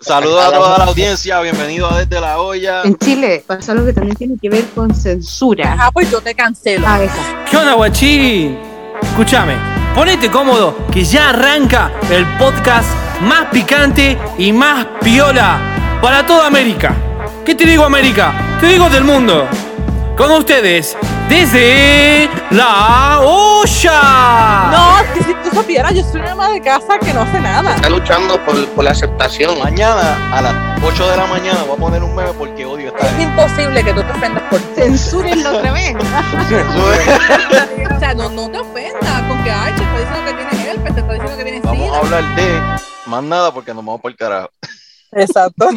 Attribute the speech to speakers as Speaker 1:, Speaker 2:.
Speaker 1: Saludos a toda la audiencia, bienvenido a Desde la Olla.
Speaker 2: En Chile pasa algo que también tiene que ver con censura.
Speaker 3: Ah, pues yo te cancelo.
Speaker 2: Ah, esa.
Speaker 4: ¿Qué onda, guachín? Escúchame, ponete cómodo que ya arranca el podcast más picante y más piola para toda América. ¿Qué te digo, América? Te digo del mundo. Con ustedes, desde la olla.
Speaker 3: No, es que si tú supieras, yo soy una ama de casa que no hace nada.
Speaker 5: Está luchando por, por la aceptación.
Speaker 1: Mañana a las 8 de la mañana voy a poner un meme porque odio esta
Speaker 3: Es imposible que tú te ofendas por
Speaker 2: Censúrenlo otra vez.
Speaker 3: O sea, no, no te ofendas con que, ay, te está diciendo que tienes herpes, te está diciendo que tienes
Speaker 1: Vamos a
Speaker 3: sida.
Speaker 1: hablar de más nada porque nos vamos por el carajo.
Speaker 3: Exacto.